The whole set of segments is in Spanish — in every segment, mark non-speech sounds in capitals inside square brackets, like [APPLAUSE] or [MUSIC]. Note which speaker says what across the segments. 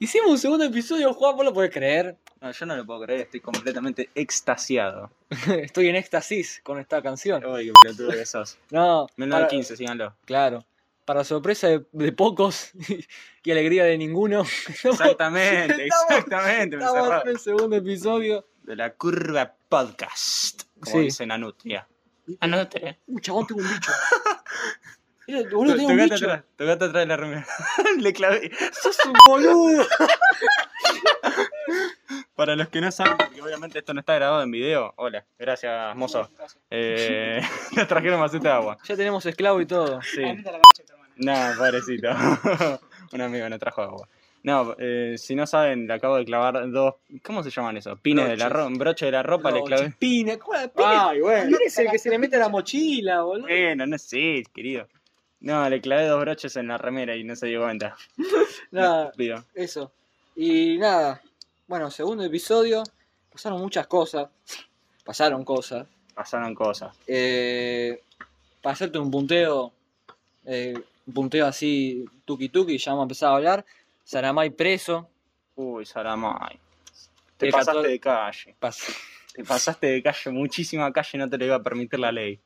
Speaker 1: Hicimos un segundo episodio, Juan, ¿vos lo podés creer? [LAUGHS]
Speaker 2: No, yo no lo puedo creer, estoy completamente extasiado.
Speaker 1: Estoy en éxtasis con esta canción.
Speaker 2: Uy, qué pelotudo que sos.
Speaker 1: No,
Speaker 2: Menos
Speaker 1: para-
Speaker 2: del 15, síganlo.
Speaker 1: claro. Para sorpresa de, de pocos [LAUGHS] y, y alegría de ninguno. [LAUGHS] estamos-
Speaker 2: Exactamente,
Speaker 1: estamos-
Speaker 2: exactamente. me
Speaker 1: Estamos
Speaker 2: cerró.
Speaker 1: en el segundo episodio.
Speaker 2: De la curva podcast. Como
Speaker 1: Sí.
Speaker 2: dicen Anutria. Anutria.
Speaker 1: Un chabón tengo un bicho.
Speaker 2: [LAUGHS]
Speaker 1: Mira, boludo, tengo un
Speaker 2: Tocate
Speaker 1: bicho.
Speaker 2: atrás, tocate atrás de la remera. [LAUGHS] Le clavé.
Speaker 1: Sos un
Speaker 2: [LAUGHS]
Speaker 1: boludo.
Speaker 2: Para los que no saben, porque obviamente esto no está grabado en video. Hola, gracias, mozo. Eh, [LAUGHS] nos trajeron maceta de agua.
Speaker 1: Ya tenemos esclavo y todo.
Speaker 2: Sí. No, pobrecito. [LAUGHS] Un amigo no trajo agua. No, eh, si no saben, le acabo de clavar dos. ¿Cómo se llaman esos? Pines de la
Speaker 1: Broches.
Speaker 2: ropa, un broche de la ropa le clavé.
Speaker 1: Chipina, ¿cómo la pina?
Speaker 2: Ay, bueno. Eh,
Speaker 1: Pina es el que se le mete a la mochila, boludo.
Speaker 2: Bueno, no sé, querido. No, le clavé dos broches en la remera y no se dio cuenta.
Speaker 1: Nada,
Speaker 2: Pido.
Speaker 1: eso. Y nada. Bueno, segundo episodio. Pasaron muchas cosas. Pasaron cosas.
Speaker 2: Pasaron cosas.
Speaker 1: Eh, para hacerte un punteo, eh, un punteo así, tuki tuki, ya vamos a empezar a hablar. Saramay preso.
Speaker 2: Uy, Saramay. Te
Speaker 1: El
Speaker 2: pasaste
Speaker 1: cator-
Speaker 2: de calle.
Speaker 1: pas-
Speaker 2: Te pasaste de calle, muchísima calle, no te lo iba a permitir la ley.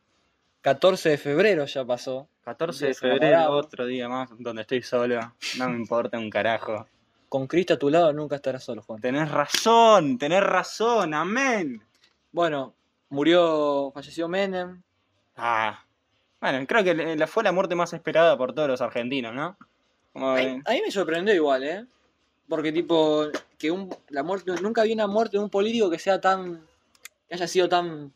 Speaker 1: 14 de febrero ya pasó.
Speaker 2: 14 de febrero,
Speaker 1: Desenamorado.
Speaker 2: otro día más, donde estoy solo. No me importa un carajo.
Speaker 1: Con Cristo a tu lado nunca estarás solo, Juan.
Speaker 2: Tenés razón, tenés razón, amén.
Speaker 1: Bueno, murió, falleció Menem.
Speaker 2: Ah. Bueno, creo que le- la- fue la muerte más esperada por todos los argentinos, ¿no? Como
Speaker 1: A
Speaker 2: que-
Speaker 1: mí, a mí me sorprendió igual, ¿eh? Porque tipo, que un, la muerte, nunca había una muerte de un político que sea tan, que haya sido tan,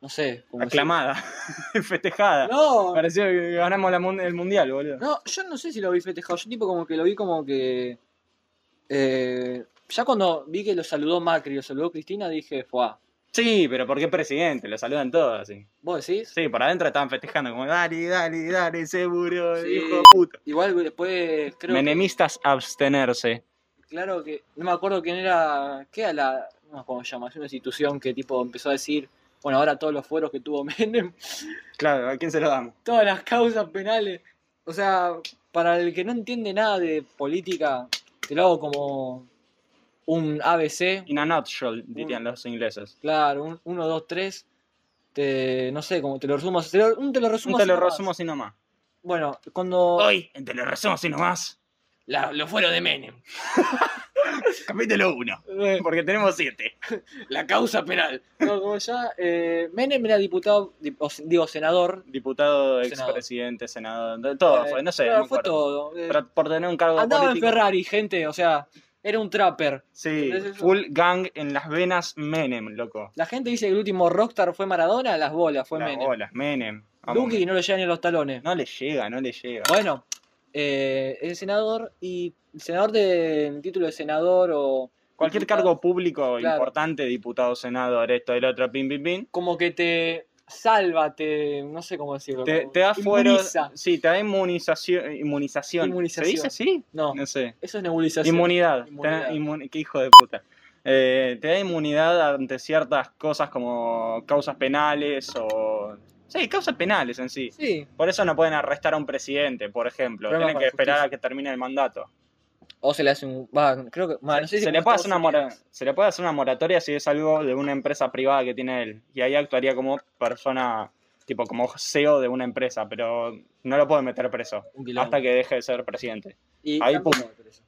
Speaker 1: no sé, como
Speaker 2: aclamada, [LAUGHS] festejada.
Speaker 1: No,
Speaker 2: Pareció que ganamos la mun- el mundial, boludo.
Speaker 1: No, yo no sé si lo vi festejado. Yo tipo como que lo vi como que... eh, ya cuando vi que lo saludó Macri, lo saludó Cristina, dije, fuá.
Speaker 2: Sí, pero porque es presidente, lo saludan todos así.
Speaker 1: ¿Vos decís?
Speaker 2: Sí, por adentro estaban festejando como dale, dale, dale, seguro,
Speaker 1: Sí.
Speaker 2: hijo de puta.
Speaker 1: Igual después creo
Speaker 2: Menemistas abstenerse.
Speaker 1: que... Claro que... No me acuerdo quién era... ¿Qué era la... No me acuerdo cómo se llama. Es una institución que tipo empezó a decir... Bueno, ahora todos los fueros que tuvo [LAUGHS] Menem,
Speaker 2: Claro, ¿a quién se lo damos?
Speaker 1: todas las causas penales. O sea, para el que no entiende nada de política, te lo hago como un ABC,
Speaker 2: In a nutshell, dirían los ingleses.
Speaker 1: Claro, un 1, 2, 3. Te, no sé, como te lo resumo. Te lo, un te lo resumo.
Speaker 2: Un te lo
Speaker 1: así nomás.
Speaker 2: resumo así nomás.
Speaker 1: Bueno, cuando.
Speaker 2: Hoy, en te lo resumo así nomás.
Speaker 1: La- lo fueron de Menem.
Speaker 2: [LAUGHS] Capítulo 1,
Speaker 1: Eh,
Speaker 2: porque tenemos 7.
Speaker 1: La causa penal. No, como ya. eh, Menem era diputado, dip- o se- digo, senador.
Speaker 2: Diputado,
Speaker 1: Senador.
Speaker 2: expresidente, senador, de- todo
Speaker 1: Eh,
Speaker 2: fue, no sé.
Speaker 1: claro,
Speaker 2: no
Speaker 1: fue
Speaker 2: importa.
Speaker 1: todo. eh,
Speaker 2: Pero por tener un cargo
Speaker 1: andaba en
Speaker 2: político.
Speaker 1: Ferrari, gente. O sea, era un trapper.
Speaker 2: Sí,
Speaker 1: ¿Entendés eso?
Speaker 2: full gang en las venas Menem, loco.
Speaker 1: La gente dice que el último rockstar fue Maradona, las bolas, fue
Speaker 2: Las
Speaker 1: Menem.
Speaker 2: bolas, Menem. Vamos,
Speaker 1: Duki no lo lleva ni a los talones.
Speaker 2: No le llega, no le llega.
Speaker 1: Bueno, eh, el senador y el senador de el título de senador o
Speaker 2: Cualquier
Speaker 1: diputado,
Speaker 2: cargo público
Speaker 1: claro.
Speaker 2: importante, diputado, senador, esto, el otro, pim, pim, pim.
Speaker 1: como que te salva, te no sé cómo decirlo.
Speaker 2: Te,
Speaker 1: como-
Speaker 2: te da fuero.
Speaker 1: inmuniza.
Speaker 2: Sí, te da inmunización. Inmunización.
Speaker 1: Inmunización.
Speaker 2: ¿Se dice así?
Speaker 1: No,
Speaker 2: No sé.
Speaker 1: eso es nebulización.
Speaker 2: Inmunidad.
Speaker 1: Inmunidad.
Speaker 2: Te da inmun- Qué hijo de puta. Eh, te da inmunidad ante ciertas cosas como causas penales o. Sí, causas penales en sí.
Speaker 1: Sí.
Speaker 2: Por eso no pueden arrestar a un presidente, por ejemplo.
Speaker 1: Problema
Speaker 2: Tienen
Speaker 1: para
Speaker 2: que esperar
Speaker 1: justicia.
Speaker 2: a que termine el mandato.
Speaker 1: O se le hace un va, creo que va, no sé si
Speaker 2: se,
Speaker 1: como
Speaker 2: le puede
Speaker 1: Estados
Speaker 2: hacer una mora-
Speaker 1: Unidos.
Speaker 2: se le puede hacer una moratoria si es algo de una empresa privada que tiene él. Y ahí actuaría como persona, tipo como CEO de una empresa, pero no lo puede meter preso
Speaker 1: Un quilombo.
Speaker 2: hasta que deje de ser presidente.
Speaker 1: Y
Speaker 2: ahí,
Speaker 1: tampoco
Speaker 2: pum.
Speaker 1: me parece.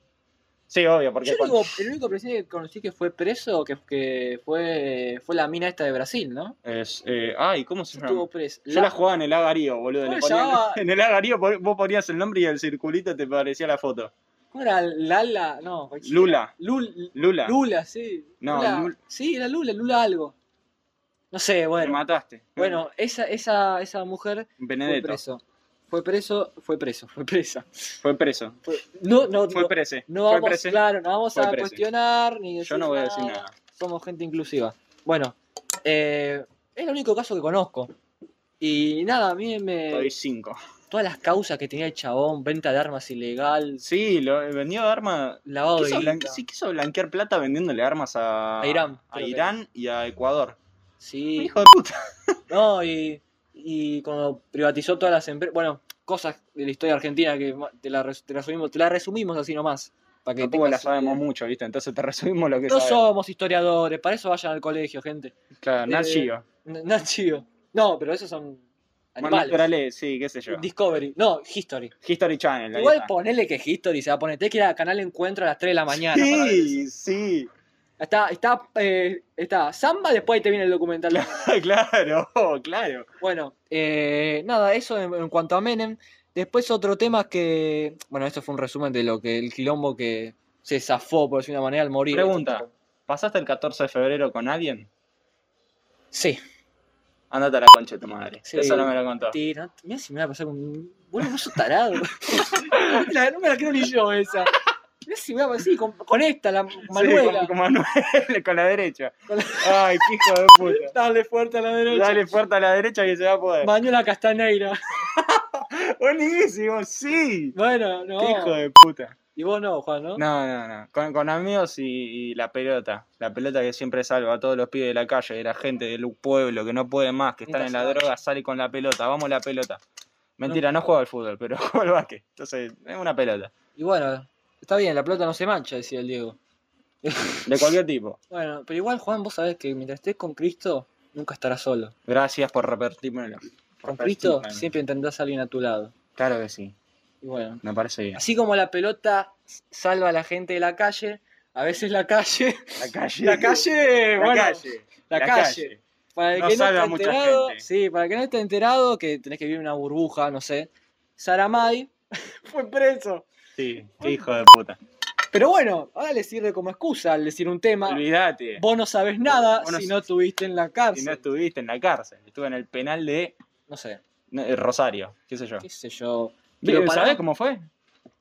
Speaker 2: Sí, obvio, porque
Speaker 1: Yo
Speaker 2: cuando-
Speaker 1: digo, el único presidente que conocí que fue preso, que, que fue, fue la mina esta de Brasil, ¿no?
Speaker 2: es, eh, ay, ¿cómo se llama?
Speaker 1: Estuvo preso.
Speaker 2: Yo la jugaba en el agarío, boludo.
Speaker 1: ¿Cómo
Speaker 2: le
Speaker 1: se
Speaker 2: ponían-
Speaker 1: llamaba?
Speaker 2: [LAUGHS] en el agarío pon- vos ponías el nombre y el circulito te parecía la foto.
Speaker 1: ¿Cómo era? Lala, no, cualquiera.
Speaker 2: Lula.
Speaker 1: Lul-
Speaker 2: Lula.
Speaker 1: Lula, sí.
Speaker 2: No,
Speaker 1: Lula.
Speaker 2: Lul-
Speaker 1: Sí, era Lula, Lula algo. No sé,
Speaker 2: Te
Speaker 1: bueno.
Speaker 2: mataste.
Speaker 1: Bueno, esa, esa, esa mujer fue
Speaker 2: Benedetto.
Speaker 1: preso. Fue preso, fue preso, fue presa.
Speaker 2: Fue preso.
Speaker 1: Fue- no, no,
Speaker 2: Fue
Speaker 1: no,
Speaker 2: prese.
Speaker 1: no
Speaker 2: fue
Speaker 1: vamos,
Speaker 2: prese.
Speaker 1: claro, no vamos
Speaker 2: Fue
Speaker 1: a
Speaker 2: prese.
Speaker 1: cuestionar ni decir
Speaker 2: Yo no voy a decir nada.
Speaker 1: Somos gente inclusiva. Bueno, eh, es el único caso que conozco. Y nada, a mí me.
Speaker 2: Doy 5.
Speaker 1: Todas las causas que tenía el chabón, venta de armas ilegal,
Speaker 2: Sí, lo, eh, vendió armas.
Speaker 1: lavado de
Speaker 2: Quiso, blan-
Speaker 1: guita.
Speaker 2: sí, quiso blanquear plata vendiéndole armas a,
Speaker 1: A Irán,
Speaker 2: Ah, a
Speaker 1: creo que
Speaker 2: Irán y a Ecuador.
Speaker 1: Sí.
Speaker 2: Hijo de puta.
Speaker 1: No, y, y cuando privatizó todas las empresas, bueno, cosas de la historia argentina que ma- te la, res- te la resumimos, te la resumimos así nomás. Para que
Speaker 2: Tampoco la
Speaker 1: tengas-
Speaker 2: sabemos mucho, ¿viste? Entonces te resumimos lo que
Speaker 1: No
Speaker 2: sabemos.
Speaker 1: somos historiadores, para eso vayan al colegio, gente.
Speaker 2: Claro, Nat
Speaker 1: Eh,
Speaker 2: Geo.
Speaker 1: N- [LAUGHS] No, chido. No, pero esos son
Speaker 2: Más
Speaker 1: animales.
Speaker 2: naturales, sí, qué sé yo.
Speaker 1: Discovery, no, History.
Speaker 2: History Channel. ahí
Speaker 1: Igual
Speaker 2: está.
Speaker 1: ponele que History se va a poner. Tenés que ir al canal Encuentro a las 3 de la mañana. para ver eso.
Speaker 2: Sí, sí.
Speaker 1: Está, está, eh, está Samba, después ahí te viene el documental.
Speaker 2: [LAUGHS] claro, claro.
Speaker 1: Bueno, eh, nada, eso en, en cuanto a Menem. Después otro tema que. Bueno, esto fue un resumen de lo que el quilombo que se zafó, por decir una manera, al morir.
Speaker 2: Pregunta. ¿Pasaste el 14 de febrero con alguien?
Speaker 1: Sí.
Speaker 2: Andate a la concha de tu madre.
Speaker 1: Sí.
Speaker 2: Eso no me lo contó.
Speaker 1: Tira, mira si me va a pasar con. Bueno, vos sos tarado. [LAUGHS] No me la- no me la creo ni yo esa. Mira si me va a pasar. Sí, con, con esta, la
Speaker 2: Sí,
Speaker 1: Manuela.
Speaker 2: con, con Manuel, [LAUGHS] con la derecha.
Speaker 1: Con la-
Speaker 2: [LAUGHS] Ay, qué hijo de puta.
Speaker 1: Dale fuerte a la derecha.
Speaker 2: Dale fuerte a la derecha que se va a poder.
Speaker 1: Manuela Castaneira.
Speaker 2: Buenísimo, sí.
Speaker 1: Bueno,
Speaker 2: Qué hijo
Speaker 1: no.
Speaker 2: de puta.
Speaker 1: Y vos no, Juan, ¿no?
Speaker 2: No, no, no. Con, con amigos y, y la pelota. La pelota que siempre salva a todos los pibes de la calle, de la gente del pueblo que no puede más, que están en la
Speaker 1: Nunca se
Speaker 2: droga, sale con la pelota. Vamos la pelota. Mentira, no juego al fútbol, pero [LAUGHS] juego al básquet. Entonces, es una pelota.
Speaker 1: Y bueno, está bien, la pelota no se mancha, decía el Diego.
Speaker 2: De cualquier tipo.
Speaker 1: Bueno, pero igual, Juan, vos sabés que mientras estés con Cristo, nunca estarás solo.
Speaker 2: Gracias por repetírmelo.
Speaker 1: Con Cristo
Speaker 2: Repetirme.
Speaker 1: siempre tendrás a alguien a tu lado.
Speaker 2: Claro que sí.
Speaker 1: Y bueno,
Speaker 2: Me parece bien.
Speaker 1: así como la pelota s- salva a la gente de la calle, a veces la calle.
Speaker 2: La calle.
Speaker 1: La calle,
Speaker 2: La
Speaker 1: bueno,
Speaker 2: calle.
Speaker 1: la calle. Para el
Speaker 2: No
Speaker 1: que no
Speaker 2: salva
Speaker 1: esté
Speaker 2: a mucha
Speaker 1: enterado,
Speaker 2: gente.
Speaker 1: sí, para el que no esté enterado, que tenés que vivir en una burbuja, no sé. Saramay [LAUGHS] fue preso.
Speaker 2: Sí, qué hijo de puta.
Speaker 1: Pero bueno, ahora le sirve como excusa al decir un tema.
Speaker 2: Olvídate.
Speaker 1: Vos no sabés nada
Speaker 2: Vos no
Speaker 1: si
Speaker 2: sabés.
Speaker 1: no estuviste en la
Speaker 2: Si
Speaker 1: cárcel.
Speaker 2: no estuviste en la cárcel, estuve en el penal de
Speaker 1: No sé,
Speaker 2: no, eh, Rosario, qué sé yo.
Speaker 1: qué sé yo.
Speaker 2: Pero
Speaker 1: Pero
Speaker 2: ¿Sabés
Speaker 1: para-
Speaker 2: cómo fue?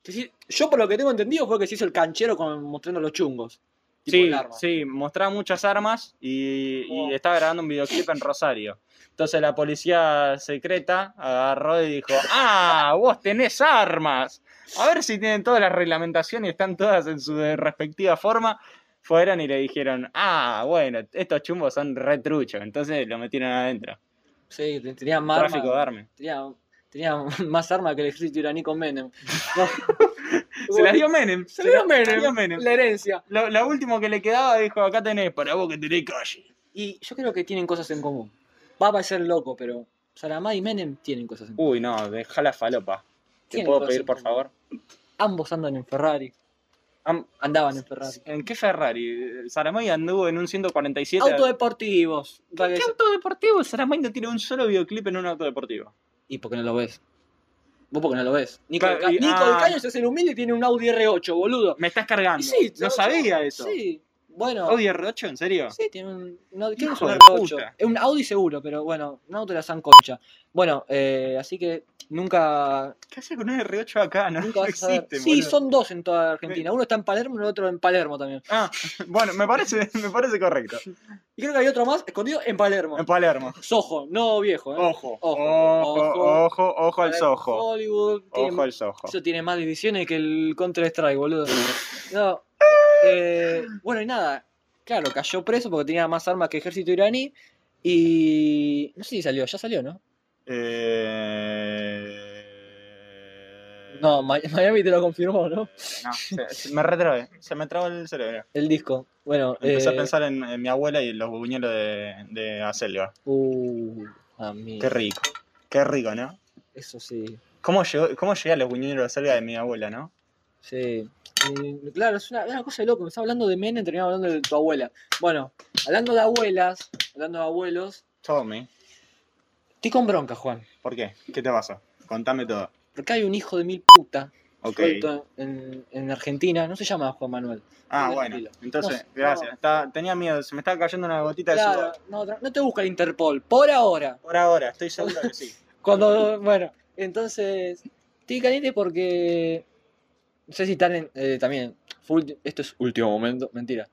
Speaker 1: que sí, Yo por lo que tengo entendido fue que se hizo el canchero con, mostrando los chungos. Tipo
Speaker 2: Sí,
Speaker 1: el arma.
Speaker 2: sí, mostraba muchas armas y, y
Speaker 1: Oh.
Speaker 2: estaba grabando un videoclip en Rosario. Entonces la policía secreta agarró y dijo, ah, vos tenés armas. A ver si tienen todas las reglamentaciones y están todas en su de- respectiva forma. Fueron y le dijeron, ah, bueno, estos chumbos son retruchos. Entonces lo metieron adentro.
Speaker 1: Sí, te- tenía más
Speaker 2: Tráfico ¿eh? de
Speaker 1: arma,
Speaker 2: armas.
Speaker 1: tenía, tenía [LAUGHS] más arma que el ejército iraní con
Speaker 2: [LAUGHS]
Speaker 1: Menem. No.
Speaker 2: Se las dio
Speaker 1: [LAUGHS]
Speaker 2: Menem.
Speaker 1: Se la dio
Speaker 2: se la dio
Speaker 1: Menem,
Speaker 2: Menem.
Speaker 1: La herencia.
Speaker 2: Lo, lo último que le quedaba dijo, acá tenés, para vos que tenés calle.
Speaker 1: Y yo creo que tienen cosas en común. Va a parecer loco, pero Saramá y Menem tienen cosas en común.
Speaker 2: Uy, no, deja la falopa. ¿Te
Speaker 1: Tienen
Speaker 2: puedo
Speaker 1: cosas
Speaker 2: pedir,
Speaker 1: en
Speaker 2: por
Speaker 1: común.
Speaker 2: favor?
Speaker 1: Ambos andan en Ferrari.
Speaker 2: Am-
Speaker 1: Andaban en Ferrari.
Speaker 2: ¿En qué Ferrari? Saramay anduvo en un 147.
Speaker 1: Autodeportivos. para que
Speaker 2: ¿Qué
Speaker 1: se-
Speaker 2: auto deportivo? Saramay no tiene un solo videoclip en un auto deportivo.
Speaker 1: Y porque no lo ves. Vos porque no lo ves. Nico,
Speaker 2: Claro,
Speaker 1: de, Ca-
Speaker 2: y-
Speaker 1: Nico de
Speaker 2: ah.
Speaker 1: Caño se hace el humilde y tiene un Audi R8, boludo.
Speaker 2: Me estás cargando.
Speaker 1: Y sí,
Speaker 2: no
Speaker 1: yo-
Speaker 2: sabía
Speaker 1: yo-
Speaker 2: eso.
Speaker 1: Sí. Bueno.
Speaker 2: ¿Odio R8? ¿En serio?
Speaker 1: Sí, tiene un. No, creo que es
Speaker 2: Hijo
Speaker 1: un
Speaker 2: de
Speaker 1: R8.
Speaker 2: puta.
Speaker 1: Es un Audi seguro, pero bueno, un auto de la San Concha. Bueno, eh, así que nunca,
Speaker 2: [LAUGHS] ¿Qué haces con un R8 acá? No,
Speaker 1: nunca
Speaker 2: no
Speaker 1: vas a saber.
Speaker 2: existe,
Speaker 1: sí,
Speaker 2: boludo.
Speaker 1: son dos en toda Argentina. Uno está en Palermo y el otro en Palermo también.
Speaker 2: Ah, [LAUGHS] bueno, me parece, me parece correcto.
Speaker 1: Y creo que hay otro más escondido en Palermo.
Speaker 2: En Palermo.
Speaker 1: Sojo, no viejo, ¿eh?
Speaker 2: Ojo,
Speaker 1: Ojo,
Speaker 2: ojo,
Speaker 1: ojo.
Speaker 2: ojo, ojo al
Speaker 1: Palermo,
Speaker 2: sojo.
Speaker 1: Hollywood. tiene-
Speaker 2: Ojo al sojo.
Speaker 1: Eso tiene más divisiones que el Counter-Strike,
Speaker 2: [LAUGHS]
Speaker 1: boludo. No. eh, bueno, y nada. Claro, cayó preso porque tenía más armas que ejército iraní. Y. No sé si salió, ya salió, ¿no?
Speaker 2: Eh...
Speaker 1: No, Ma- Miami te lo confirmó, ¿no?
Speaker 2: No, se- se me retrae, se me traba el cerebro.
Speaker 1: El disco. Bueno,
Speaker 2: Empecé
Speaker 1: eh,
Speaker 2: a pensar en, en mi abuela y en los buñuelos de, de acelga.
Speaker 1: Uh, a mí.
Speaker 2: Qué rico, qué rico, ¿no?
Speaker 1: Eso sí.
Speaker 2: ¿Cómo, llegó, cómo llegué a los buñuelos de acelga de mi abuela, no?
Speaker 1: Sí. Y, claro, es una, una cosa de loco. Me estaba hablando de Menem, terminaba hablando de tu abuela. Bueno, hablando de abuelas, hablando de abuelos.
Speaker 2: Tommy,
Speaker 1: Estoy con bronca, Juan.
Speaker 2: ¿por qué? ¿Qué te pasa? Contame todo.
Speaker 1: Porque hay un hijo de mil puta
Speaker 2: Ok.
Speaker 1: suelto en, en Argentina. No se llama Juan Manuel.
Speaker 2: Ah,
Speaker 1: tranquilo.
Speaker 2: bueno. Entonces,
Speaker 1: No,
Speaker 2: gracias.
Speaker 1: no.
Speaker 2: Estaba- tenía miedo, se me estaba cayendo una gotita de
Speaker 1: Claro,
Speaker 2: sudor.
Speaker 1: no, tra- no te busca el Interpol. Por ahora.
Speaker 2: Por ahora, estoy seguro que sí.
Speaker 1: Cuando, bueno, Entonces, estoy caliente porque. No sé si están en- eh, también. fue ulti- esto es último momento, mentira.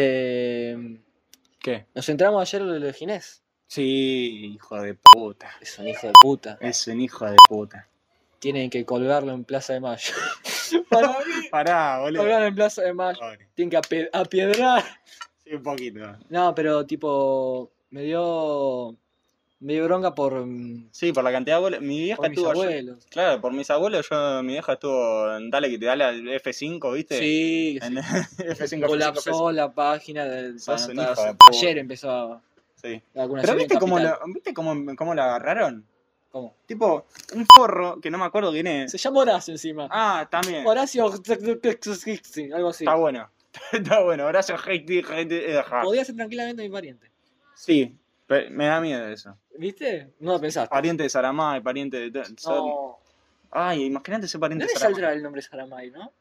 Speaker 1: Eh,
Speaker 2: ¿Qué?
Speaker 1: nos centramos ayer en lo de Ginés.
Speaker 2: Sí, hijo de puta.
Speaker 1: Es un hijo de puta.
Speaker 2: Es un hijo de puta.
Speaker 1: Tienen que colgarlo en Plaza de Mayo. [LAUGHS] Para mí,
Speaker 2: Pará, boludo.
Speaker 1: colgarlo en Plaza de Mayo.
Speaker 2: Pobre.
Speaker 1: Tienen que ape- apiedrar.
Speaker 2: Sí, un poquito.
Speaker 1: No, pero tipo. Me dio. Me dio bronca por. mm,
Speaker 2: Sí, por la cantidad de goles. Mi vieja
Speaker 1: por mis
Speaker 2: estuvo. ayer-
Speaker 1: abuelos.
Speaker 2: Claro, por mis abuelos, yo, mi vieja estuvo en Dale que te da la F5, ¿viste?
Speaker 1: Sí,
Speaker 2: [LAUGHS] En F5, F5.
Speaker 1: colapsó la página del
Speaker 2: Sos un hijo de
Speaker 1: Sanatazo.
Speaker 2: puta.
Speaker 1: Ayer empezó a-
Speaker 2: Sí.
Speaker 1: la vacunación.
Speaker 2: Pero viste
Speaker 1: en
Speaker 2: cómo
Speaker 1: Capital.
Speaker 2: lo, viste cómo, cómo lo agarraron.
Speaker 1: ¿Cómo?
Speaker 2: Tipo, un forro, que no me acuerdo quién es.
Speaker 1: Se llama Horacio encima.
Speaker 2: Ah, también.
Speaker 1: Horacio. Algo así.
Speaker 2: Está bueno. [LAUGHS] Está bueno. Gracias, gente. gente eh, ja.
Speaker 1: Podía ser tranquilamente mi pariente.
Speaker 2: Sí, pero me da miedo eso.
Speaker 1: ¿Viste? No lo pensaste.
Speaker 2: Pariente de Saramay, pariente de. Ah, son-
Speaker 1: No.
Speaker 2: Ay, imagínate ese pariente
Speaker 1: ¿Dónde
Speaker 2: de Saramay.
Speaker 1: saldrá el nombre Saramay, no?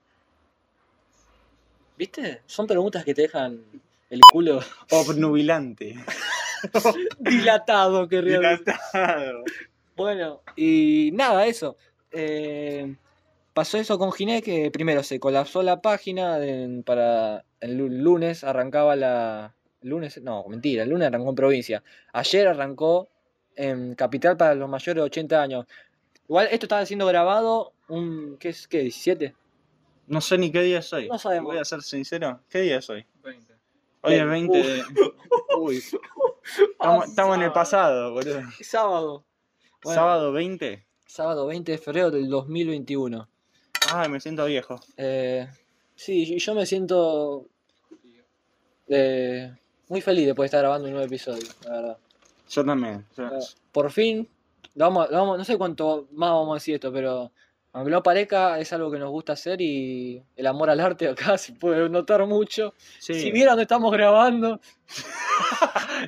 Speaker 1: ¿Viste? Son preguntas que te dejan el culo [LAUGHS]
Speaker 2: Obnubilante.
Speaker 1: dilatado, querría decir.
Speaker 2: Dilatado.
Speaker 1: Bueno, y nada, eso. Eh, pasó eso con Giné, que primero se colapsó la página en- para el lu- lunes, arrancaba la... Lunes, no, mentira, el lunes arrancó en provincia. Ayer arrancó en Capital para los mayores de 80 años. Igual esto estaba siendo grabado un, ¿qué es? ¿Qué? ¿17?
Speaker 2: No sé ni qué día soy.
Speaker 1: No sabemos.
Speaker 2: Voy a ser sincero. ¿Qué día soy? Hoy
Speaker 1: Veinte.
Speaker 2: es 20 de... [LAUGHS] Uy. Estamos estamos en el pasado, boludo.
Speaker 1: Sábado. Ah, Bueno.
Speaker 2: Sábado 20.
Speaker 1: Sábado 20 de febrero del 2021.
Speaker 2: Ay, me siento viejo.
Speaker 1: Eh, sí, y yo me siento eh, muy feliz después de estar grabando un nuevo episodio, la verdad.
Speaker 2: Yo también. Yo-
Speaker 1: Eh, Por fin, lo vamos, lo vamos- no sé cuánto más vamos a decir esto, pero aunque no parezca, es algo que nos gusta hacer y el amor al arte acá [LAUGHS] se puede notar mucho.
Speaker 2: Sí.
Speaker 1: Si vieran dónde estamos grabando.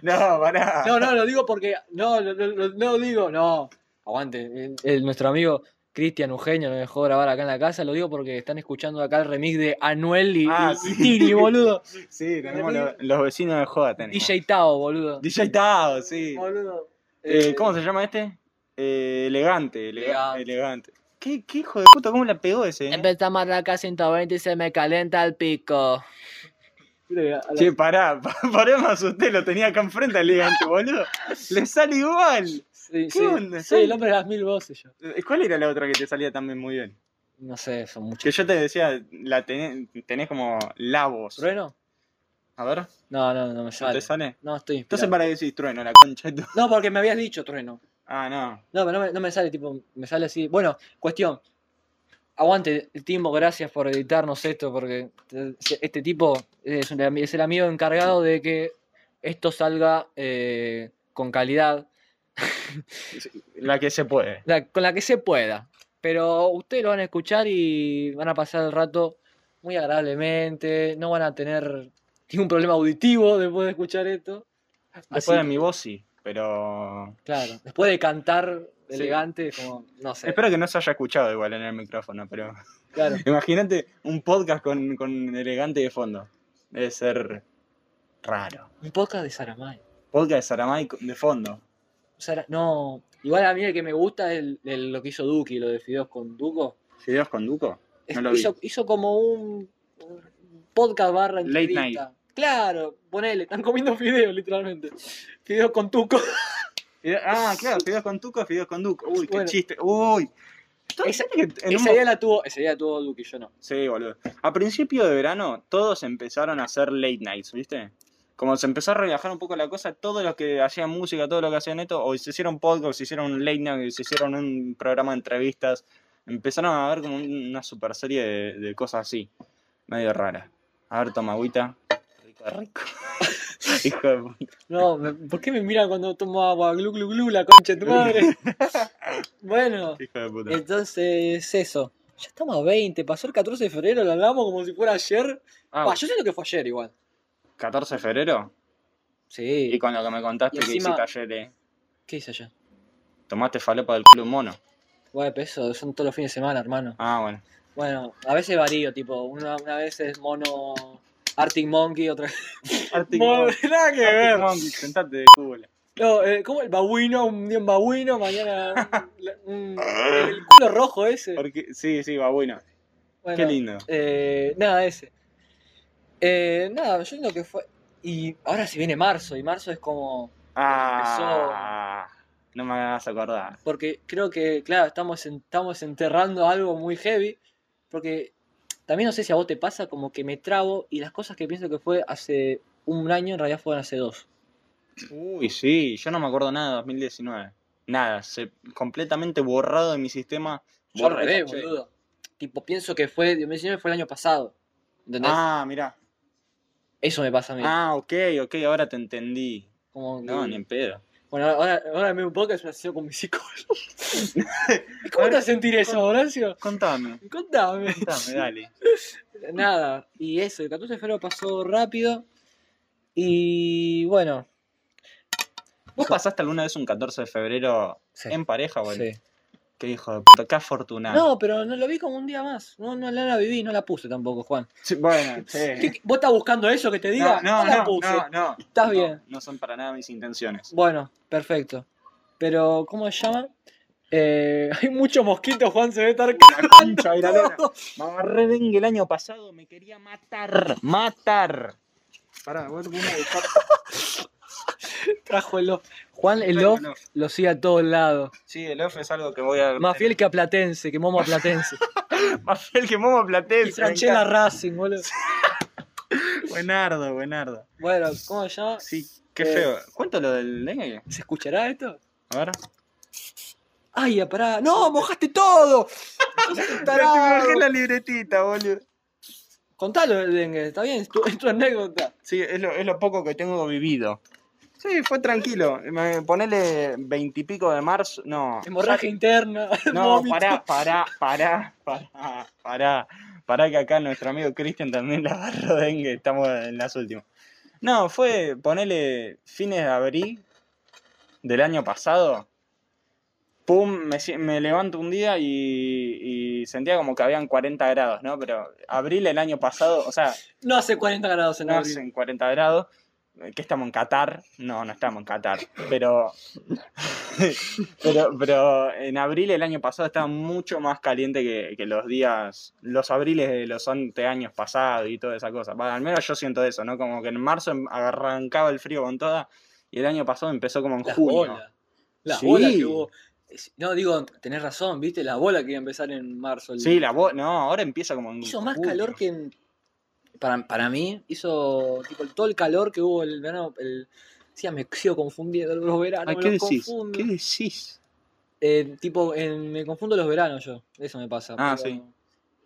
Speaker 2: No, pará.
Speaker 1: No, no, lo digo porque. No, lo- lo- lo- no lo digo, no. Aguante. el- el- nuestro amigo Cristian Eugenio nos dejó grabar acá en la casa. Lo digo porque están escuchando acá el remix de Anuel y,
Speaker 2: Ah,
Speaker 1: y- y
Speaker 2: sí.
Speaker 1: Tini, boludo. Eh,
Speaker 2: Sí, tenemos lo- los vecinos de joda. Tenemos.
Speaker 1: DJ Tao, boludo.
Speaker 2: DJ Tao, sí.
Speaker 1: Boludo.
Speaker 2: Eh, ¿Cómo se llama este? Eh, elegante, elega-
Speaker 1: Elegante.
Speaker 2: elegante. ¿Qué, qué hijo de puta? ¿Cómo la pegó ese? eh?
Speaker 1: Empezamos a acá 120 y se me calienta el pico.
Speaker 2: Che, pará, [LAUGHS] pa- pará, me asusté, lo tenía acá enfrente al elegante, boludo. Le sale igual.
Speaker 1: Sí, sí.
Speaker 2: ¿Qué onda?
Speaker 1: Soy el hombre de las mil voces yo.
Speaker 2: Eh, ¿Cuál era la otra que te salía también muy bien?
Speaker 1: No sé, son muchos.
Speaker 2: Que yo te decía, la tenés, tenés como la voz.
Speaker 1: ¿Trueno?
Speaker 2: A ver,
Speaker 1: No,
Speaker 2: ¿no
Speaker 1: no, no me sale.
Speaker 2: te sale?
Speaker 1: No, estoy
Speaker 2: Entonces
Speaker 1: inspirado.
Speaker 2: para qué decís trueno, la concha de tu...
Speaker 1: No, porque me habías dicho trueno.
Speaker 2: Ah, no.
Speaker 1: No, pero no me, no me sale, tipo, me sale así. Bueno, cuestión. Aguante, Timo, gracias por editarnos esto, porque eh, este tipo es, un ami- es el amigo encargado de que esto salga eh, con calidad,
Speaker 2: La que se puede.
Speaker 1: la- con la que se pueda. Pero ustedes lo van a escuchar y van a pasar el rato muy agradablemente, no van a tener ningún problema auditivo después de escuchar esto. Así,
Speaker 2: Después de mi voz sí, pero...
Speaker 1: claro, después de cantar
Speaker 2: Sí.
Speaker 1: elegante, como, no sé,
Speaker 2: Espero que no se haya escuchado igual en el micrófono, pero... [LAUGHS]
Speaker 1: claro.
Speaker 2: Imagínate un podcast con, con elegante de fondo. Debe ser raro.
Speaker 1: Un podcast de Saramay.
Speaker 2: Podcast de Saramay con- de fondo.
Speaker 1: Sara- no, igual a mí el que me gusta es el- el- lo que hizo Duki, lo de Fideos con Duco.
Speaker 2: ¿Fideos con Duco?
Speaker 1: Es-
Speaker 2: No lo vi.
Speaker 1: hizo, hizo como un podcast barra
Speaker 2: Late
Speaker 1: entrevista. Claro, ponele, están comiendo fideos literalmente. Fideos con Tuco.
Speaker 2: Fideo- ah, claro, fideos con Tuco, fideos con Duco. Uy, qué
Speaker 1: Bueno.
Speaker 2: chiste. Uy.
Speaker 1: Esa-
Speaker 2: ¿Viste que en un
Speaker 1: Ese
Speaker 2: mo-
Speaker 1: día la tuvo, ese día tuvo Duki, yo no.
Speaker 2: Sí, boludo. A principio de verano, todos empezaron a hacer late nights, ¿viste? Como se empezó a relajar un poco la cosa, todos los que hacían música, todos los que hacían esto, o se hicieron podcast, se hicieron un late night, se hicieron un programa de entrevistas, empezaron a ver como un- una super serie de, de cosas así, medio rara. A ver, toma agüita. Rico, rico. [LAUGHS] Hijo de puta.
Speaker 1: No, me- ¿por qué me mira cuando tomo agua? Glu, glu, glu, la concha de tu [LAUGHS] madre. bueno,
Speaker 2: Hijo de puta.
Speaker 1: entonces eso. Ya estamos a 20, pasó el 14 de febrero, lo hablamos como si fuera ayer.
Speaker 2: Ah,
Speaker 1: Bah, yo siento que fue ayer igual.
Speaker 2: 14 de febrero.
Speaker 1: Sí.
Speaker 2: Y con lo que me contaste
Speaker 1: Y
Speaker 2: que
Speaker 1: encima-
Speaker 2: hiciste ayer, eh,
Speaker 1: ¿Qué hice ayer?
Speaker 2: tomaste falopa del culo de un mono.
Speaker 1: Bueno, pero eso son todos los fines de semana, hermano.
Speaker 2: Ah, bueno.
Speaker 1: Bueno, a veces varío, tipo, una, una vez es mono Arctic Monkey, otra vez.
Speaker 2: Arctic
Speaker 1: Mono- [LAUGHS] nada que
Speaker 2: Arctic
Speaker 1: ver.
Speaker 2: Monkeys, sentate de culo.
Speaker 1: No, eh, ¿cómo el babuino? Un día un babuino, mañana. un- un- el culo rojo ese.
Speaker 2: Porque- sí, sí, va bueno.
Speaker 1: Bueno,
Speaker 2: Qué lindo.
Speaker 1: eh, nada, ese. Eh, nada, yo lo que fue. Y ahora se viene marzo, y marzo es como.
Speaker 2: Ah, no me hagas acordar.
Speaker 1: Porque creo que, claro, estamos, en- estamos enterrando algo muy heavy. Porque también no sé si a vos te pasa como que me trabo y las cosas que pienso que fue hace un año en realidad fueron hace dos.
Speaker 2: Uy, sí, yo no me acuerdo nada de 2019. Nada, se, completamente borrado de mi sistema.
Speaker 1: Yo al
Speaker 2: Borra
Speaker 1: revés,
Speaker 2: esa, che.
Speaker 1: boludo. Tipo, pienso que fue, 2019 fue el año pasado. ¿Entendés?
Speaker 2: Ah, mirá.
Speaker 1: Eso me pasa a mí.
Speaker 2: Ah, ok, ok, ahora te entendí.
Speaker 1: Como que-
Speaker 2: No, ni en pedo.
Speaker 1: Bueno, ahora, ahora me un poco es una sesión con mi
Speaker 2: [LAUGHS]
Speaker 1: psicólogo. ¿Cómo te vas a sentir eso, Horacio?
Speaker 2: Contame,
Speaker 1: Contame.
Speaker 2: contame, dale.
Speaker 1: [LAUGHS] Nada, y eso, el 14 de febrero pasó rápido. Y bueno.
Speaker 2: ¿Vos pasaste alguna vez un 14 de febrero
Speaker 1: sí,
Speaker 2: en pareja, boludo?
Speaker 1: sí.
Speaker 2: Qué hijo de puta, qué afortunado.
Speaker 1: No, pero no lo vi como un día más. No, no la viví, no la puse tampoco, Juan.
Speaker 2: Sí, bueno,
Speaker 1: ¿Qué-
Speaker 2: sí.
Speaker 1: qué- ¿Vos estás buscando eso que te diga?
Speaker 2: no,
Speaker 1: la
Speaker 2: no,
Speaker 1: puse.
Speaker 2: no, no.
Speaker 1: Estás Ah,
Speaker 2: No,
Speaker 1: bien.
Speaker 2: No son para nada mis intenciones.
Speaker 1: Bueno, perfecto. Pero, ¿cómo se llama? Eh, [LAUGHS] hay muchos mosquitos, Juan se ve
Speaker 2: [LAUGHS]
Speaker 1: estar
Speaker 2: La concha de la lora.
Speaker 1: cagando.
Speaker 2: [LAUGHS] Me agarré dengue el año pasado, me quería matar, matar. Pará, vos te [LAUGHS] a buscar.
Speaker 1: Trajo el lof. Juan, el lof lo sigue a todos lados.
Speaker 2: Sí, el off es algo que voy a.
Speaker 1: Más fiel que a Platense, que Momo a
Speaker 2: [LAUGHS]
Speaker 1: Platense.
Speaker 2: Más fiel que Momo Platense.
Speaker 1: y Franchella Racing, boludo.
Speaker 2: Buenardo, buenardo.
Speaker 1: Bueno, ¿cómo se llama?
Speaker 2: Sí, qué
Speaker 1: Eh.
Speaker 2: feo. ¿Cuánto lo del dengue?
Speaker 1: ¿Se escuchará esto?
Speaker 2: A ver.
Speaker 1: ¡Ay, ya, pará! ¡No, mojaste
Speaker 2: [LAUGHS]
Speaker 1: todo! Sos un tarado.
Speaker 2: libretita, boludo.
Speaker 1: Contalo del dengue, está bien, es tu, es tu anécdota.
Speaker 2: Sí, es lo, es lo poco que tengo vivido. Sí, fue tranquilo. Me- Ponele veintipico de marzo. No.
Speaker 1: Hemorragia interna. [LAUGHS]
Speaker 2: No,
Speaker 1: vómito.
Speaker 2: pará, pará, pará, pará, pará, pará que acá nuestro amigo Cristian también la agarró dengue, estamos en las últimas. No, fue ponerle fines de abril del año pasado. Pum, me, sie- me levanto un día y, y sentía como que habían 40 grados, ¿no? Pero abril el año pasado, o sea,
Speaker 1: No hace 40 grados en
Speaker 2: no
Speaker 1: abril.
Speaker 2: hacen 40 grados. eh, Que estamos en Qatar. No, no estamos en Qatar. Pero, pero, pero en abril el año pasado estaba mucho más caliente que, que los días, los abriles de los ante años pasados y toda esa cosa. Va, al menos yo siento eso, ¿no? Como que en marzo em- arrancaba el frío con toda y el año pasado empezó como en
Speaker 1: Las
Speaker 2: junio.
Speaker 1: bolas. Las
Speaker 2: Sí.
Speaker 1: bolas que hubo. Es- No, digo, tenés razón, viste, la bola que iba a empezar en marzo. el-
Speaker 2: Sí, la voz, no, ahora empieza como en
Speaker 1: Hizo más
Speaker 2: junio.
Speaker 1: calor que en- para, para mí, hizo tipo todo el calor que hubo el verano, el sí, me sigo confundiendo los veranos,
Speaker 2: Ay,
Speaker 1: me
Speaker 2: ¿Qué
Speaker 1: los
Speaker 2: decís?
Speaker 1: confundo.
Speaker 2: ¿Qué decís?
Speaker 1: Eh, tipo, en- me confundo los veranos yo, eso me pasa.
Speaker 2: Ah,
Speaker 1: pero-
Speaker 2: sí.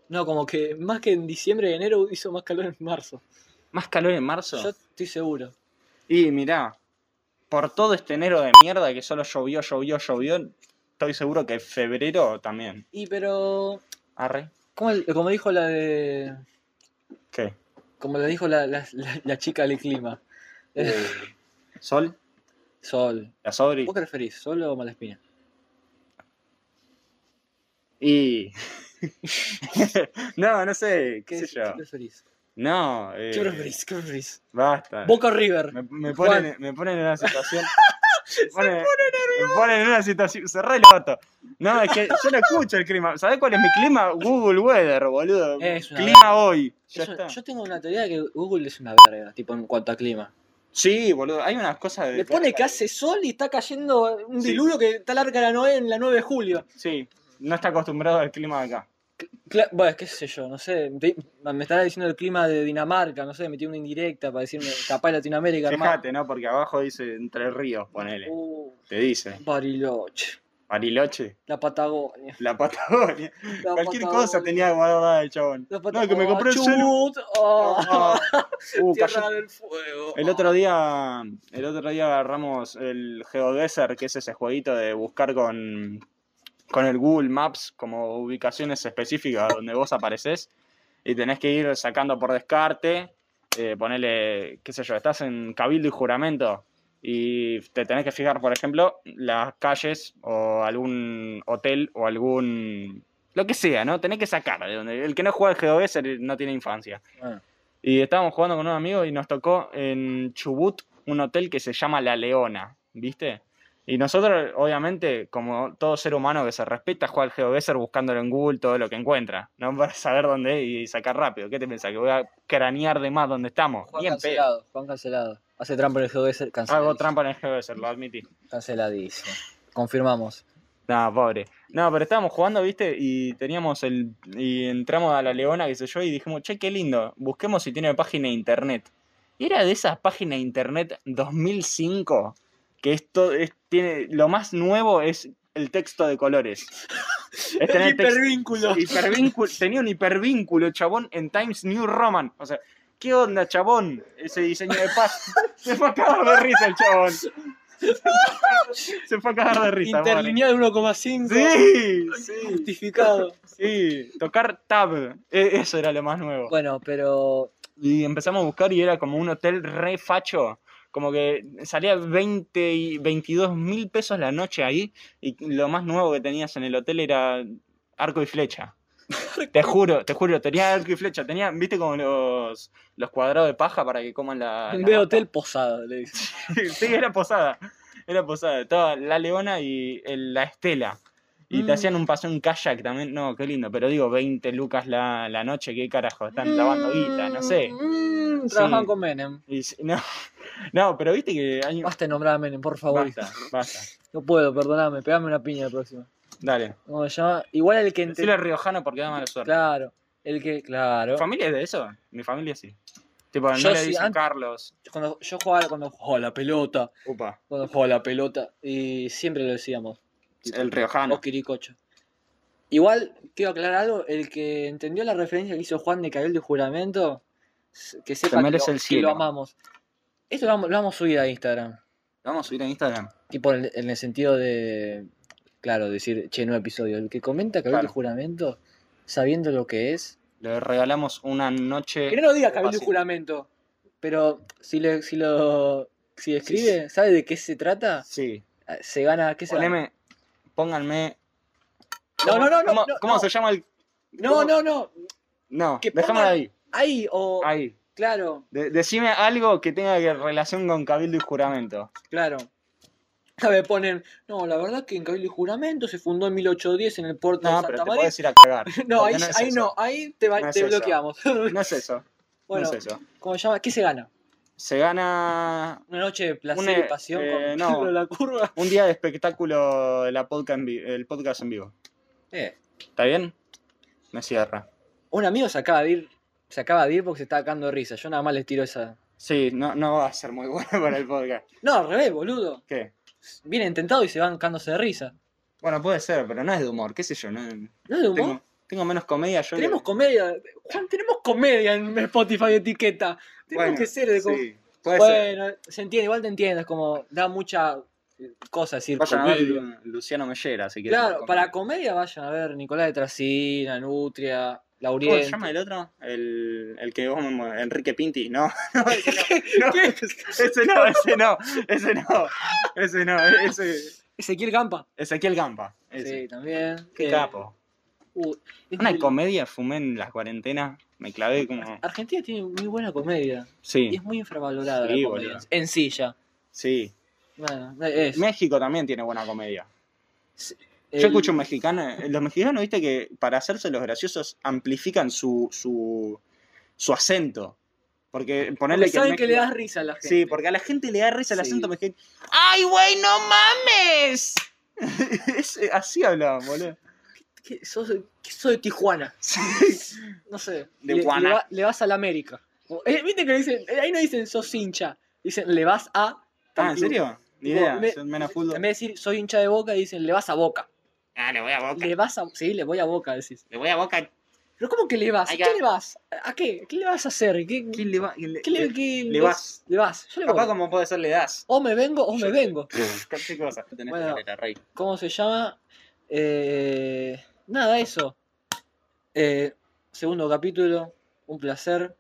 Speaker 1: No, como que más que en diciembre y enero hizo más calor en marzo.
Speaker 2: ¿Más calor en marzo?
Speaker 1: Yo estoy seguro.
Speaker 2: Y mirá, por todo este enero de mierda que solo llovió, llovió, llovió, estoy seguro que febrero también.
Speaker 1: Y pero,
Speaker 2: Arre.
Speaker 1: como, el- como dijo la de,
Speaker 2: ¿Qué?
Speaker 1: como le dijo la, la- la- la chica del clima,
Speaker 2: ¿Sol?
Speaker 1: sol.
Speaker 2: ¿La Sobri?
Speaker 1: ¿Vos qué referís? ¿Sol o mala espina?
Speaker 2: Y. [LAUGHS] no, no sé, qué, sé yo.
Speaker 1: qué preferís?
Speaker 2: No, eh,
Speaker 1: ¿Qué preferís? ¿Qué preferís?
Speaker 2: Basta.
Speaker 1: Boca o River.
Speaker 2: Me, me
Speaker 1: Juan.
Speaker 2: ponen, me ponen en
Speaker 1: [LAUGHS]
Speaker 2: una situación. Me ponen, me ponen en una situación. Cerré el voto. No, es que yo no escucho el clima. ¿Sabés cuál es mi clima? Google Weather, boludo.
Speaker 1: Es una
Speaker 2: clima hoy. Ya
Speaker 1: Eh, Eso-
Speaker 2: está.
Speaker 1: yo tengo una teoría de que Google es una verga, tipo en cuanto a clima.
Speaker 2: Sí, boludo, hay unas cosas de.
Speaker 1: Le pone que hace sol y está cayendo un
Speaker 2: Eh, Sí.
Speaker 1: diluvio que está larga la 9 en la 9 de julio.
Speaker 2: Sí, no está acostumbrado al clima de acá.
Speaker 1: Cla- bueno, qué sé yo, no sé. te- me estará diciendo el clima de Dinamarca, no sé, metí una indirecta para decirme capaz Latinoamérica, hermano.
Speaker 2: Fíjate, ¿no? Porque abajo dice Entre Ríos, ponele.
Speaker 1: Uh,
Speaker 2: Te dice.
Speaker 1: Bariloche,
Speaker 2: Pariloche,
Speaker 1: la Patagonia.
Speaker 2: la Patagonia.
Speaker 1: la
Speaker 2: Cualquier
Speaker 1: Patagonia,
Speaker 2: cosa tenía guardada el chabón.
Speaker 1: la
Speaker 2: No, que me compré el
Speaker 1: Patagonia,
Speaker 2: celu.
Speaker 1: Chubut, oh, [LAUGHS]
Speaker 2: Ah, uh,
Speaker 1: Tierra
Speaker 2: cayó.
Speaker 1: del Fuego.
Speaker 2: El otro día. El otro día agarramos el GeoDesert, que es ese jueguito de buscar con. con el Google Maps como ubicaciones específicas donde vos apareces. y tenés que ir sacando por descarte, eh, ponele, qué sé yo, estás en cabildo y juramento y te tenés que fijar, por ejemplo, las calles o algún hotel o algún... Lo que sea, ¿no? Tenés que sacar. de donde- El que no juega al GOS no tiene infancia.
Speaker 1: Ah.
Speaker 2: Y estábamos jugando con un amigo y nos tocó en Chubut un hotel que se llama La Leona. ¿Viste? Y nosotros, obviamente, como todo ser humano que se respeta, juega al GeoGuessr buscándolo en Google todo lo que encuentra, ¿no? [LAUGHS] Para saber dónde es y sacar rápido. ¿Qué te pensás? ¿Que voy a cranear de más dónde estamos?
Speaker 1: Juan
Speaker 2: Ni en pedo.
Speaker 1: cancelado, Juan cancelado. Hace trampa en el juego ese canceladísimo.
Speaker 2: Hago trampa en el GeoGuessr, lo admití.
Speaker 1: Canceladísimo. Confirmamos.
Speaker 2: No, pobre. No, pero estábamos jugando, ¿viste? Y teníamos el. Y entramos a la Leona, qué sé yo, y dijimos, che, qué lindo, busquemos si tiene página de internet. Y era de esas páginas de internet 2005, que esto es, tiene. Lo más nuevo es el texto de colores. Es tener
Speaker 1: El
Speaker 2: texto-
Speaker 1: hipervínculo.
Speaker 2: hipervínculo- Tenía un hipervínculo, chabón, en Times New Roman. O sea, ¿qué onda, chabón? Ese diseño de paz. Se fue a cagar de risa el chabón. Se fue a cagar de risa. pobre.
Speaker 1: Interlineado 1,5.
Speaker 2: Sí, sí,
Speaker 1: Justificado.
Speaker 2: sí. Tocar tab. E- Eso era lo más nuevo.
Speaker 1: Bueno, pero.
Speaker 2: Y empezamos a buscar y era como un hotel re facho. Como que salía 20 y 22 mil pesos la noche ahí. Y lo más nuevo que tenías en el hotel era arco y flecha. Te juro, te juro, tenía arco y flecha. Tenía, viste, como los, los cuadrados de paja para que coman la.
Speaker 1: En
Speaker 2: Ah, la
Speaker 1: vez de
Speaker 2: mata?
Speaker 1: hotel posada, le dicen.
Speaker 2: sí, era posada. Era posada. Estaba la leona y el- la estela. Y
Speaker 1: Mm.
Speaker 2: te hacían un paseo en kayak también. No, qué lindo. Pero digo, 20 lucas la, la noche, qué carajo. Están lavando guita, no sé.
Speaker 1: Mm,
Speaker 2: Sí.
Speaker 1: Trabajaban con Menem.
Speaker 2: Y si- no, [LAUGHS] no, pero viste que hay.
Speaker 1: Basta de nombrar a Menem, por favor.
Speaker 2: Basta, basta.
Speaker 1: No puedo, perdoname. Pegame una piña la próxima.
Speaker 2: Dale.
Speaker 1: ¿Cómo se llama? Igual el que. ente-
Speaker 2: Decirle riojano porque da mala suerte.
Speaker 1: Claro. El que. Claro.
Speaker 2: ¿Tu familia es de eso? Mi familia sí. Tipo, no
Speaker 1: Yo
Speaker 2: le
Speaker 1: sí,
Speaker 2: dicen
Speaker 1: antes-
Speaker 2: Carlos.
Speaker 1: Cuando yo jugaba, cuando jugaba a la pelota.
Speaker 2: Upa.
Speaker 1: Cuando jugaba a la pelota. Y siempre lo decíamos.
Speaker 2: El riojano.
Speaker 1: O Quiricocho. Igual, quiero aclarar algo. El que entendió la referencia que hizo Juan de Cabel de Juramento, s- que sepa que
Speaker 2: merece
Speaker 1: lo,
Speaker 2: el
Speaker 1: que
Speaker 2: cielo.
Speaker 1: lo amamos. Esto lo vamos, lo vamos a subir a Instagram.
Speaker 2: Vamos a subir a Instagram.
Speaker 1: Tipo, en, en el sentido de. Claro, decir, che, nuevo episodio. El que comenta Cabel de
Speaker 2: Claro.
Speaker 1: Juramento, sabiendo lo que es.
Speaker 2: Le regalamos una noche.
Speaker 1: Que no lo diga Cabel de
Speaker 2: Fácil.
Speaker 1: Juramento. Pero si, le, si lo. Si escribe, ¿sabe de qué se trata? Ah,
Speaker 2: Sí.
Speaker 1: Se gana. ¿Qué se gana?
Speaker 2: Poneme, pónganme.
Speaker 1: No, no, no, no,
Speaker 2: ¿Cómo,
Speaker 1: no,
Speaker 2: cómo
Speaker 1: no.
Speaker 2: se llama el.?
Speaker 1: No, no, no.
Speaker 2: No,
Speaker 1: Que
Speaker 2: dejémoslo
Speaker 1: pongan-
Speaker 2: ahí.
Speaker 1: Ahí o.
Speaker 2: Ahí.
Speaker 1: Claro,
Speaker 2: De- decime algo que tenga que- relación con cabildo y juramento.
Speaker 1: claro. A ver, ponen. No, la verdad que en Cabildo y Juramento se fundó en 1810 en el puerto
Speaker 2: No,
Speaker 1: de
Speaker 2: pero
Speaker 1: Santa
Speaker 2: te
Speaker 1: María.
Speaker 2: puedes ir a cagar.
Speaker 1: [LAUGHS] No,
Speaker 2: porque
Speaker 1: ahí ahí no,
Speaker 2: es
Speaker 1: ahí,
Speaker 2: eso.
Speaker 1: te, va-
Speaker 2: No es
Speaker 1: te
Speaker 2: eso.
Speaker 1: bloqueamos. [LAUGHS]
Speaker 2: No es eso.
Speaker 1: bueno,
Speaker 2: No es eso.
Speaker 1: ¿cómo se llama? ¿Qué se gana?
Speaker 2: Se gana
Speaker 1: Una noche de placer
Speaker 2: Una-
Speaker 1: y pasión
Speaker 2: eh,
Speaker 1: con
Speaker 2: no.
Speaker 1: Pedro la curva.
Speaker 2: un día de espectáculo de la podcast en vi- el podcast en vivo.
Speaker 1: Eh,
Speaker 2: ¿Está bien? Me cierra.
Speaker 1: un amigo se acaba de ir. Se acaba de ir porque se está cagando de risa. Yo nada más les tiro esa.
Speaker 2: Sí, no, no va a ser muy [LAUGHS] bueno para el podcast.
Speaker 1: No, al revés, boludo.
Speaker 2: ¿Qué?
Speaker 1: Viene intentado y se van cagándose de risa.
Speaker 2: Bueno, puede ser, pero no es de humor, qué sé yo. No,
Speaker 1: ¿No es de humor?
Speaker 2: tengo, tengo menos comedia. Yo
Speaker 1: Tenemos comedia. Juan, tenemos comedia en Spotify etiqueta. Tenemos
Speaker 2: Bueno,
Speaker 1: que ser de com-
Speaker 2: Sí, puede ser.
Speaker 1: Bueno, se entiende, igual te entiendes, como da mucha eh, cosa decir
Speaker 2: Vayan a ver
Speaker 1: comedia.
Speaker 2: Lu- Luciano Mellera, si quieren.
Speaker 1: Claro,
Speaker 2: ver
Speaker 1: para
Speaker 2: comedia.
Speaker 1: comedia vayan a ver Nicolás de Tracina, Nutria,
Speaker 2: ¿Cómo se
Speaker 1: Lauriel.
Speaker 2: llama el otro? El, el que vos me mo- Enrique Pinti, no. no, ese no. No, [LAUGHS] Ese no, ese no, ese no, ese no, ese.
Speaker 1: Ezequiel Campa.
Speaker 2: Ezequiel Gampa.
Speaker 1: Sí,
Speaker 2: Ese.
Speaker 1: también.
Speaker 2: Qué
Speaker 1: Eh,
Speaker 2: capo.
Speaker 1: uh, es
Speaker 2: Una
Speaker 1: muy-
Speaker 2: comedia fumé en las cuarentenas, me clavé como.
Speaker 1: Argentina tiene muy buena comedia. Y
Speaker 2: Sí,
Speaker 1: es muy infravalorada
Speaker 2: Sí,
Speaker 1: la comedia.
Speaker 2: boludo.
Speaker 1: En silla.
Speaker 2: sí.
Speaker 1: Bueno, es.
Speaker 2: México también tiene buena comedia.
Speaker 1: el-
Speaker 2: Yo escucho un mexicano, eh, los mexicanos, viste que para hacerse los graciosos amplifican su, su, su acento. Porque ponerle
Speaker 1: porque saben que le
Speaker 2: México-
Speaker 1: das risa a la gente.
Speaker 2: Sí, porque a la gente le da risa el
Speaker 1: Sí.
Speaker 2: acento mexicano. ¡Ay, güey, no mames! [LAUGHS] Es- eh, así hablaban, [LAUGHS] boludo.
Speaker 1: ¿Qué, sos, que sos de Tijuana.
Speaker 2: Ah,
Speaker 1: No sé.
Speaker 2: De
Speaker 1: le,
Speaker 2: Guana.
Speaker 1: le va- le vas a la América. Como- eh, Viste que le dicen, eh, ahí no dicen sos hincha. Dicen le vas a. tal
Speaker 2: Ah, ¿en
Speaker 1: club".
Speaker 2: serio? Ni
Speaker 1: Tipo,
Speaker 2: idea.
Speaker 1: me-
Speaker 2: son menos fútbol.
Speaker 1: En vez de decir soy hincha de boca, dicen le vas a boca.
Speaker 2: Ah, le voy a boca.
Speaker 1: Le vas a. Sí, le voy a boca, decís.
Speaker 2: Le voy a boca.
Speaker 1: Pero ¿cómo que le vas? ¿A
Speaker 2: Ay,
Speaker 1: qué
Speaker 2: ya.
Speaker 1: le vas? ¿A qué? ¿Qué le vas a hacer? ¿Qué,
Speaker 2: ¿Qué le va? Le,
Speaker 1: qué le, qué-
Speaker 2: le vas.
Speaker 1: Le vas. Yo le voy.
Speaker 2: Papá, como puede ser, le das.
Speaker 1: O me vengo o me
Speaker 2: Yo-
Speaker 1: vengo.
Speaker 2: ¿Qué cosa? Tenés
Speaker 1: Bueno.
Speaker 2: carrera, rey.
Speaker 1: ¿Cómo se llama? Eh, nada, eso. Eh, segundo capítulo, un placer.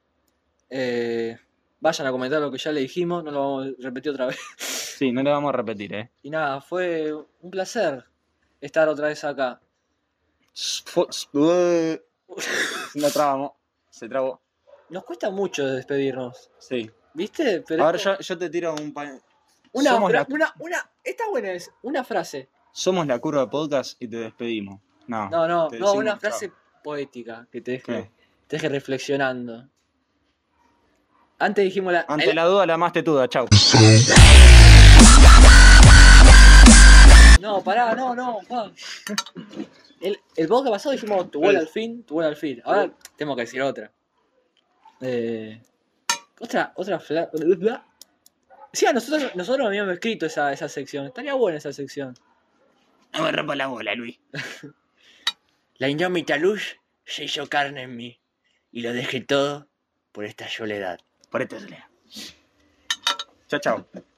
Speaker 1: Eh, vayan a comentar lo que ya le dijimos, no lo vamos a repetir otra vez. [LAUGHS]
Speaker 2: Sí, no le vamos a repetir, eh.
Speaker 1: Y nada, fue un placer estar otra vez acá.
Speaker 2: [LAUGHS] No trabamos. Se trabó.
Speaker 1: Nos cuesta mucho despedirnos,
Speaker 2: Sí.
Speaker 1: ¿viste? Pero
Speaker 2: Ahora
Speaker 1: esto-
Speaker 2: yo, yo te tiro un pa-
Speaker 1: Una,
Speaker 2: Somos
Speaker 1: fra-
Speaker 2: la-
Speaker 1: una, una, esta buena es una frase.
Speaker 2: Somos la curva podcast y te despedimos. No,
Speaker 1: No, no,
Speaker 2: te
Speaker 1: no,
Speaker 2: decimos
Speaker 1: una
Speaker 2: chao.
Speaker 1: frase poética que te deje,
Speaker 2: ¿Qué?
Speaker 1: te deje reflexionando. Antes dijimos la.
Speaker 2: Ante
Speaker 1: el-
Speaker 2: la duda, la más tetuda, chau.
Speaker 1: No, pará, no, no, Juan. El, el podcast pasado dijimos tu gol al fin, tu gol al fin. Ahora tengo que decir otra. Eh, otra, otra fla. Sí, a nosotros, nosotros habíamos escrito esa, esa sección. Estaría buena esa sección.
Speaker 2: No me rompa la bola, Luis.
Speaker 1: La indómita luz se hizo carne en mí. Y lo dejé todo por esta soledad.
Speaker 2: Por esto se lea. Chao, chao.